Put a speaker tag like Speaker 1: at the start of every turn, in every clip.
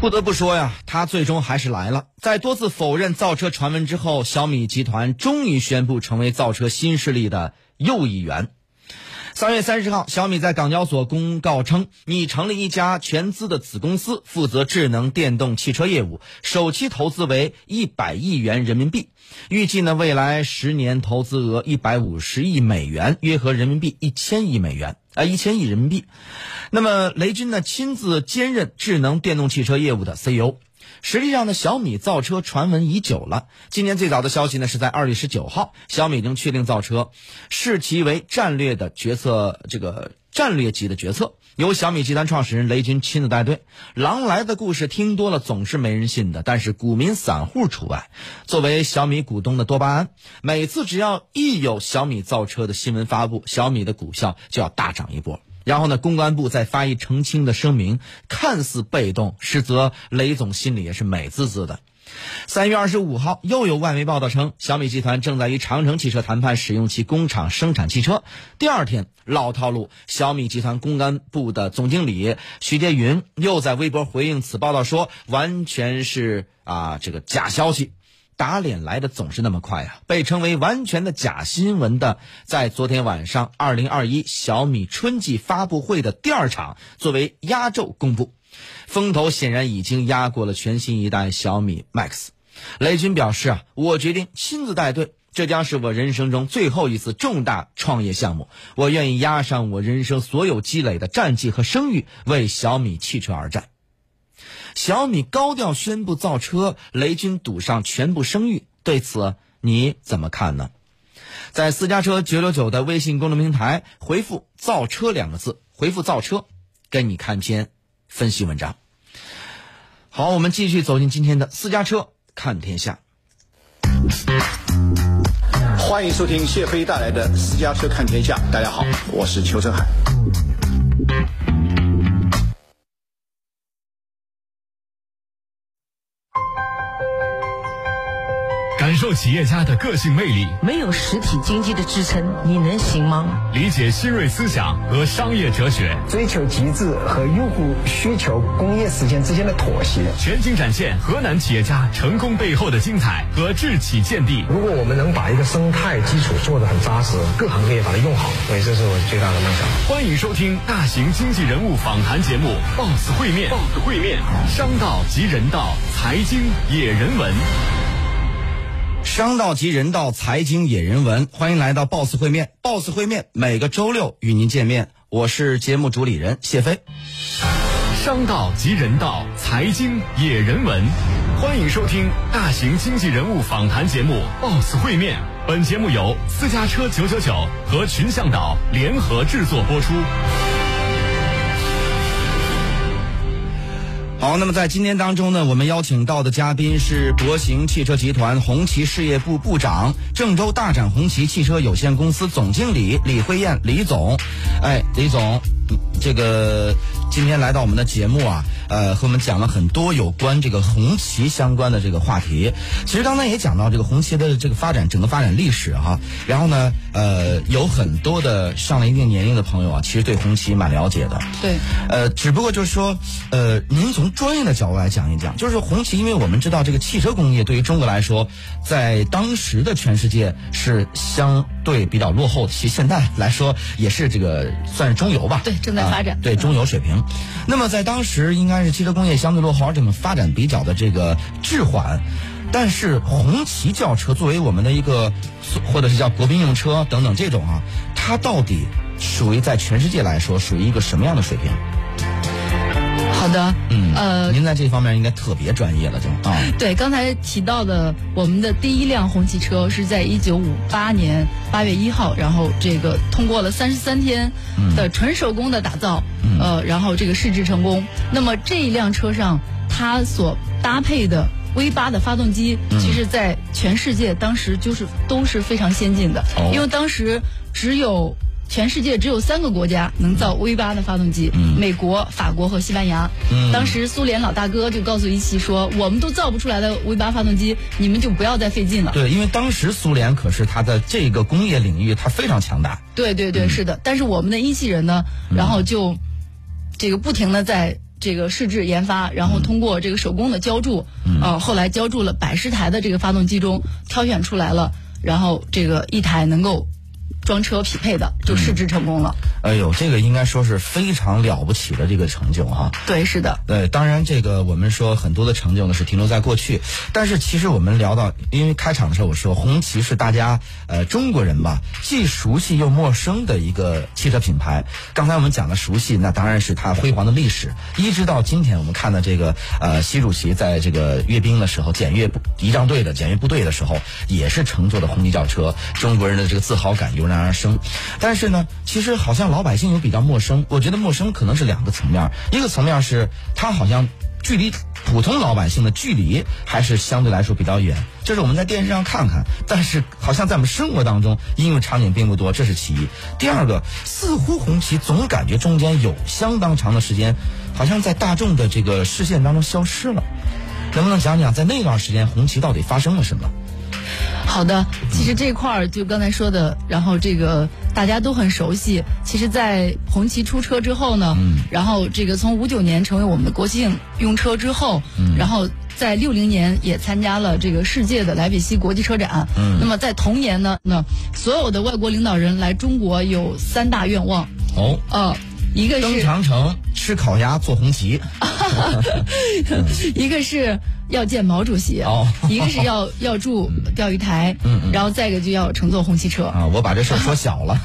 Speaker 1: 不得不说呀，他最终还是来了。在多次否认造车传闻之后，小米集团终于宣布成为造车新势力的又一员。三月三十号，小米在港交所公告称，拟成立一家全资的子公司，负责智能电动汽车业务，首期投资为一百亿元人民币，预计呢未来十年投资额一百五十亿美元，约合人民币一千亿美元。啊，一千亿人民币。那么，雷军呢亲自兼任智能电动汽车业务的 CEO。实际上呢，小米造车传闻已久了。今年最早的消息呢是在二月十九号，小米已经确定造车，视其为战略的决策，这个战略级的决策，由小米集团创始人雷军亲自带队。狼来的故事听多了总是没人信的，但是股民散户除外。作为小米股东的多巴胺，每次只要一有小米造车的新闻发布，小米的股票就要大涨一波。然后呢，公安部再发一澄清的声明，看似被动，实则雷总心里也是美滋滋的。三月二十五号，又有外媒报道称，小米集团正在与长城汽车谈判使用其工厂生产汽车。第二天，老套路，小米集团公安部的总经理徐杰云又在微博回应此报道说，完全是啊这个假消息。打脸来的总是那么快啊！被称为完全的假新闻的，在昨天晚上，二零二一小米春季发布会的第二场作为压轴公布，风头显然已经压过了全新一代小米 Max。雷军表示啊，我决定亲自带队，这将是我人生中最后一次重大创业项目，我愿意押上我人生所有积累的战绩和声誉，为小米汽车而战。小米高调宣布造车，雷军赌上全部声誉，对此你怎么看呢？在私家车九九九的微信公众平台回复“造车”两个字，回复“造车”，跟你看篇分析文章。好，我们继续走进今天的私家车看天下。
Speaker 2: 欢迎收听谢飞带来的《私家车看天下》，大家好，我是裘振海。
Speaker 3: 感受企业家的个性魅力，
Speaker 4: 没有实体经济的支撑，你能行吗？
Speaker 3: 理解新锐思想和商业哲学，
Speaker 5: 追求极致和用户需求、工业实践之间的妥协。
Speaker 3: 全景展现河南企业家成功背后的精彩和智企见地。
Speaker 6: 如果我们能把一个生态基础做得很扎实，各行各业把它用好，所以这是我最大的梦想。
Speaker 3: 欢迎收听大型经济人物访谈节目《BOSS 会面》，BOSS 会面，商道及人道，财经也人文。
Speaker 1: 商道及人道，财经野人文，欢迎来到 BOSS 会面。BOSS 会面每个周六与您见面，我是节目主理人谢飞。
Speaker 3: 商道及人道，财经野人文，欢迎收听大型经济人物访谈节目《BOSS 会面》。本节目由私家车九九九和群向导联合制作播出。
Speaker 1: 好，那么在今天当中呢，我们邀请到的嘉宾是博行汽车集团红旗事业部部长、郑州大展红旗汽车有限公司总经理李慧燕李总。哎，李总，嗯这个今天来到我们的节目啊，呃，和我们讲了很多有关这个红旗相关的这个话题。其实刚才也讲到这个红旗的这个发展，整个发展历史哈、然后呢，呃，有很多的上了一定年龄的朋友啊，其实对红旗蛮了解的。
Speaker 7: 对，
Speaker 1: 呃，只不过就是说，呃，您从专业的角度来讲一讲，就是红旗，因为我们知道这个汽车工业对于中国来说，在当时的全世界是相对比较落后的，其实现在来说也是这个算是中游吧，
Speaker 7: 对正在发展
Speaker 1: 啊对中游水平。那么在当时应该是汽车工业相对落后，而且我们发展比较的这个滞缓。但是红旗轿车作为我们的一个，或者是叫国民用车等等这种啊，它到底属于在全世界来说属于一个什么样的水平？
Speaker 7: 好的，
Speaker 1: 嗯，
Speaker 7: 呃，
Speaker 1: 您在这方面应该特别专业了，就啊，
Speaker 7: 对，刚才提到的，我们的第一辆红旗车是在一九五八年八月一号，然后这个通过了三十三天的纯手工的打造，
Speaker 1: 嗯
Speaker 7: 呃，然后这个试制成功。那么这一辆车上，它所搭配的 V 八的发动机，
Speaker 1: 嗯
Speaker 7: 其实在全世界当时就是都是非常先进的，
Speaker 1: 哦
Speaker 7: 因为当时只有。全世界只有三个国家能造 V 八的发动机，美国、法国和西班牙。当时苏联老大哥就告诉一汽说：“我们都造不出来的 V 八发动机，你们就不要再费劲了。”
Speaker 1: 对，因为当时苏联可是它的这个工业领域它非常强大，
Speaker 7: 对对对，是的。但是我们的一汽人呢，然后就这个不停的在这个试制研发，然后通过这个手工的浇筑，呃，后来浇筑了百十台的这个发动机中挑选出来了，然后这个一台能够装车匹配的就试制成功了。
Speaker 1: 哎呦，这个应该说是非常了不起的这个成就哈、
Speaker 7: 对，是的，
Speaker 1: 对，呃当然这个我们说很多的成就呢是停留在过去，但是其实我们聊到，因为开场的时候我说红旗是大家呃中国人吧既熟悉又陌生的一个汽车品牌。刚才我们讲了熟悉，那当然是它辉煌的历史，一直到今天我们看到这个呃习主席在这个阅兵的时候，检阅部仪仗队的检阅部队的时候，也是乘坐的红旗轿车，中国人的这个自豪感油然而生。但是呢，其实好像老百姓又比较陌生，我觉得陌生可能是两个层面儿，一个层面是它好像距离普通老百姓的距离还是相对来说比较远，这是我们在电视上看看，但是好像在我们生活当中应用场景并不多，这是其一。第二个，似乎红旗总感觉中间有相当长的时间，好像在大众的这个视线当中消失了。能不能讲讲在那段时间红旗到底发生了什么？
Speaker 7: 好的，其实这块儿就刚才说的，然后这个大家都很熟悉。其实，在红旗出车之后呢，
Speaker 1: 嗯
Speaker 7: 然后这个从五九年成为我们的国际用车之后，
Speaker 1: 嗯
Speaker 7: 然后在六零年也参加了这个世界的莱比锡国际车展。
Speaker 1: 嗯
Speaker 7: 那么在同年呢，那所有的外国领导人来中国有三大愿望，
Speaker 1: 哦，
Speaker 7: 呃，一个
Speaker 1: 登
Speaker 7: 是
Speaker 1: 长城吃烤鸭做红旗，
Speaker 7: 一个是要见毛主席，
Speaker 1: 哦嗯
Speaker 7: 一个是要要住钓鱼台，然后再一个就要乘坐红旗车。
Speaker 1: 啊，我把这事儿说小了。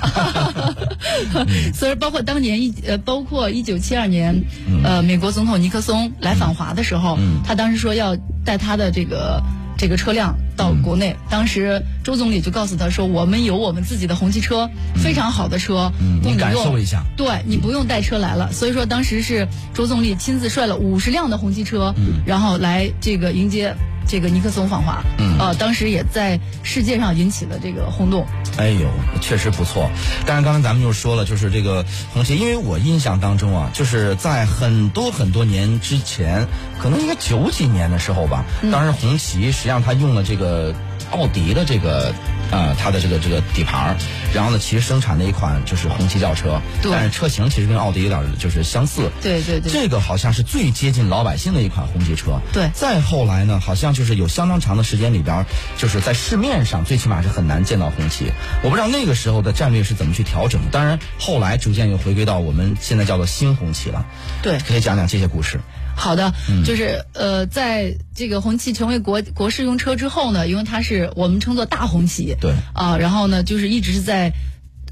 Speaker 7: 所以包括当年一呃，包括一九七二年，
Speaker 1: 嗯
Speaker 7: 呃，美国总统尼克松来访华的时候，他当时说要带他的这个这个车辆
Speaker 1: 嗯
Speaker 7: 到国内，当时周总理就告诉他说，我们有我们自己的红旗车，非常好的车，不
Speaker 1: 嗯你
Speaker 7: 用
Speaker 1: 感受一下
Speaker 7: 对你不用带车来了。所以说当时是周总理亲自率了五十辆的红旗车，
Speaker 1: 嗯
Speaker 7: 然后来这个迎接。这个尼克松访华，
Speaker 1: 嗯
Speaker 7: 呃，当时也在世界上引起了这个轰动。
Speaker 1: 哎呦，确实不错。但是刚才咱们就说了，就是这个红旗，因为我印象当中啊，就是在很多很多年之前，可能应该九几年的时候吧，
Speaker 7: 嗯
Speaker 1: 当时红旗实际上它用了这个奥迪的这个。呃，它的这个这个底盘儿，然后呢，其实生产了一款就是红旗轿车，
Speaker 7: 对
Speaker 1: 但是车型其实跟奥迪有点儿就是相似，
Speaker 7: 对对对
Speaker 1: 这个好像是最接近老百姓的一款红旗车，
Speaker 7: 对
Speaker 1: 再后来呢，好像就是有相当长的时间里边儿，就是在市面上最起码是很难见到红旗。我不知道那个时候的战略是怎么去调整。当然，后来逐渐又回归到我们现在叫做新红旗了。
Speaker 7: 对
Speaker 1: 可以讲讲这些故事。
Speaker 7: 好的，就是呃，在这个红旗成为国国士用车之后呢，因为它是我们称作大红旗，
Speaker 1: 对
Speaker 7: 啊、然后呢，就是一直是在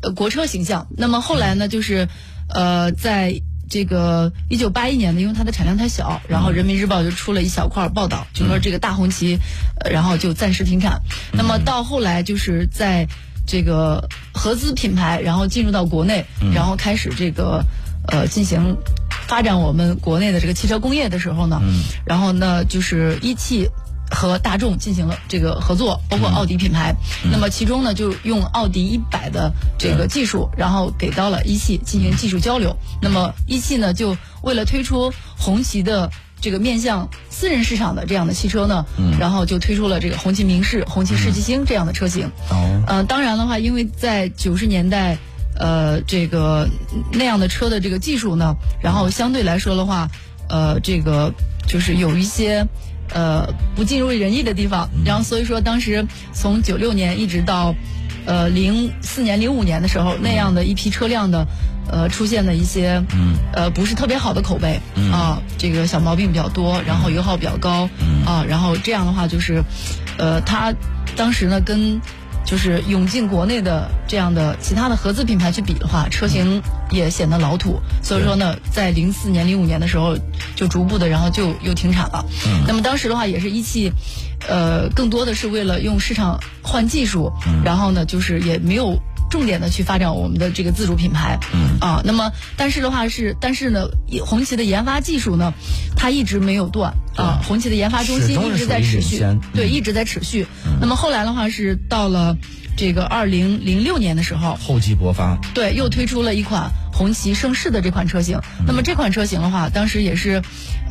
Speaker 7: 呃国车形象。那么后来呢，就是呃，在这个一九八一年呢，因为它的产量太小，然后人民日报就出了一小块报道，就说这个大红旗，呃然后就暂时停产。那么到后来就是在这个合资品牌，然后进入到国内，然后开始这个呃进行发展我们国内的这个汽车工业的时候呢，然后呢就是一汽。和大众进行了这个合作，包括奥迪品牌。那么其中呢，就用奥迪一百的这个技术，然后给到了一汽进行技术交流。那么一汽呢，就为了推出红旗的。这个面向私人市场的这样的汽车呢，然后就推出了这个红旗明仕、红旗世纪星这样的车型。
Speaker 1: 哦，
Speaker 7: 呃，当然的话，因为在九十年代，呃，这个那样的车的这个技术呢，然后相对来说的话，呃，这个就是有一些。呃，不尽如人意的地方，然后所以说当时从九六年一直到，呃零四年零五年的时候，那样的一批车辆的，呃出现了一些，呃不是特别好的口碑啊，这个小毛病比较多，然后油耗比较高啊，然后这样的话就是，呃，它当时呢跟就是涌进国内的这样的其他的合资品牌去比的话，车型也显得老土。所以说呢，在零四年、零五年的时候，就逐步的，然后就又停产了。
Speaker 1: 嗯
Speaker 7: 那么当时的话，也是一汽，呃，更多的是为了用市场换技术，
Speaker 1: 嗯
Speaker 7: 然后呢，就是也没有。重点的去发展我们的这个自主品牌，
Speaker 1: 嗯
Speaker 7: 啊，那么但是的话是，但是呢，也红旗的研发技术呢，它一直没有断啊，红旗的研发中
Speaker 1: 始
Speaker 7: 心
Speaker 1: 终
Speaker 7: 一
Speaker 1: 是
Speaker 7: 直在
Speaker 1: 属于
Speaker 7: 持
Speaker 1: 领
Speaker 7: 续，
Speaker 1: 先嗯
Speaker 7: 对，一直在持续。那么后来的话是到了这个二零零六年的时候，
Speaker 1: 厚积薄发。
Speaker 7: 对，又推出了一款红旗盛世的这款车型。那么这款车型的话，当时也是，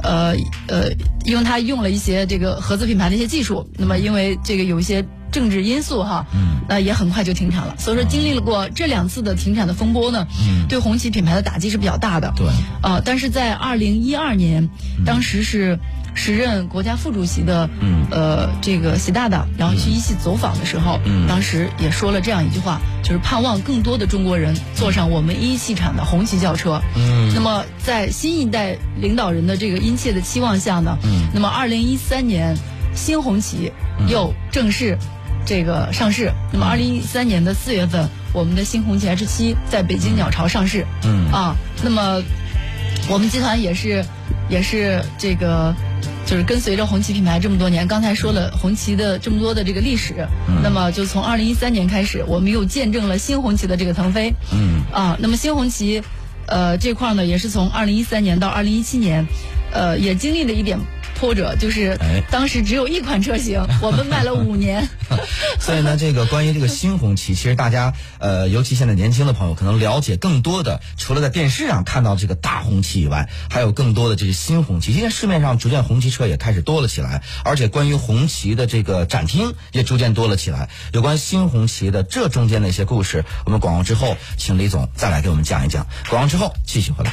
Speaker 7: 呃呃，因为它用了一些这个合资品牌的一些技术，那么因为这个有一些政治因素哈，嗯，呃，也很快就停产了。所以说，经历了过这两次的停产的风波呢，嗯，对红旗品牌的打击是比较大的。
Speaker 1: 对，
Speaker 7: 呃，但是在二零一二年，当时是时任国家副主席的，嗯，呃，这个习大大，然后去一汽走访的时候，嗯，当时也说了这样一句话，就是盼望更多的中国人坐上我们一汽产的红旗轿车。嗯，那么在新一代领导人的这个殷切的期望下呢，嗯，那么二零一三年。新红旗又正式这个上市。那么，二零一三年的四月份，我们的新红旗 H 七在北京鸟巢上市。嗯啊，那么我们集团也是也是这个。就是跟随着红旗品牌这么多年，刚才说了红旗的这么多的这个历史，那么就从二零一三年开始，我们又见证了新红旗的这个腾飞。嗯啊，那么新红旗，呃，这块儿呢也是从二零一三年到二零一七年，呃，也经历了一点波折，就是
Speaker 1: 哎
Speaker 7: 当时只有一款车型，我们卖了五年。
Speaker 1: 所以呢，这个关于这个新红旗，其实大家呃，尤其现在年轻的朋友，可能了解更多的，除了在电视上看到这个大红旗以外，还有更多的这是新红旗。现在市面上逐渐红旗车也开始多了起来，而且关于红旗的这个展厅也逐渐多了起来。有关新红旗的这中间的一些故事，我们广告之后请李总再来给我们讲一讲。广告之后继续回来。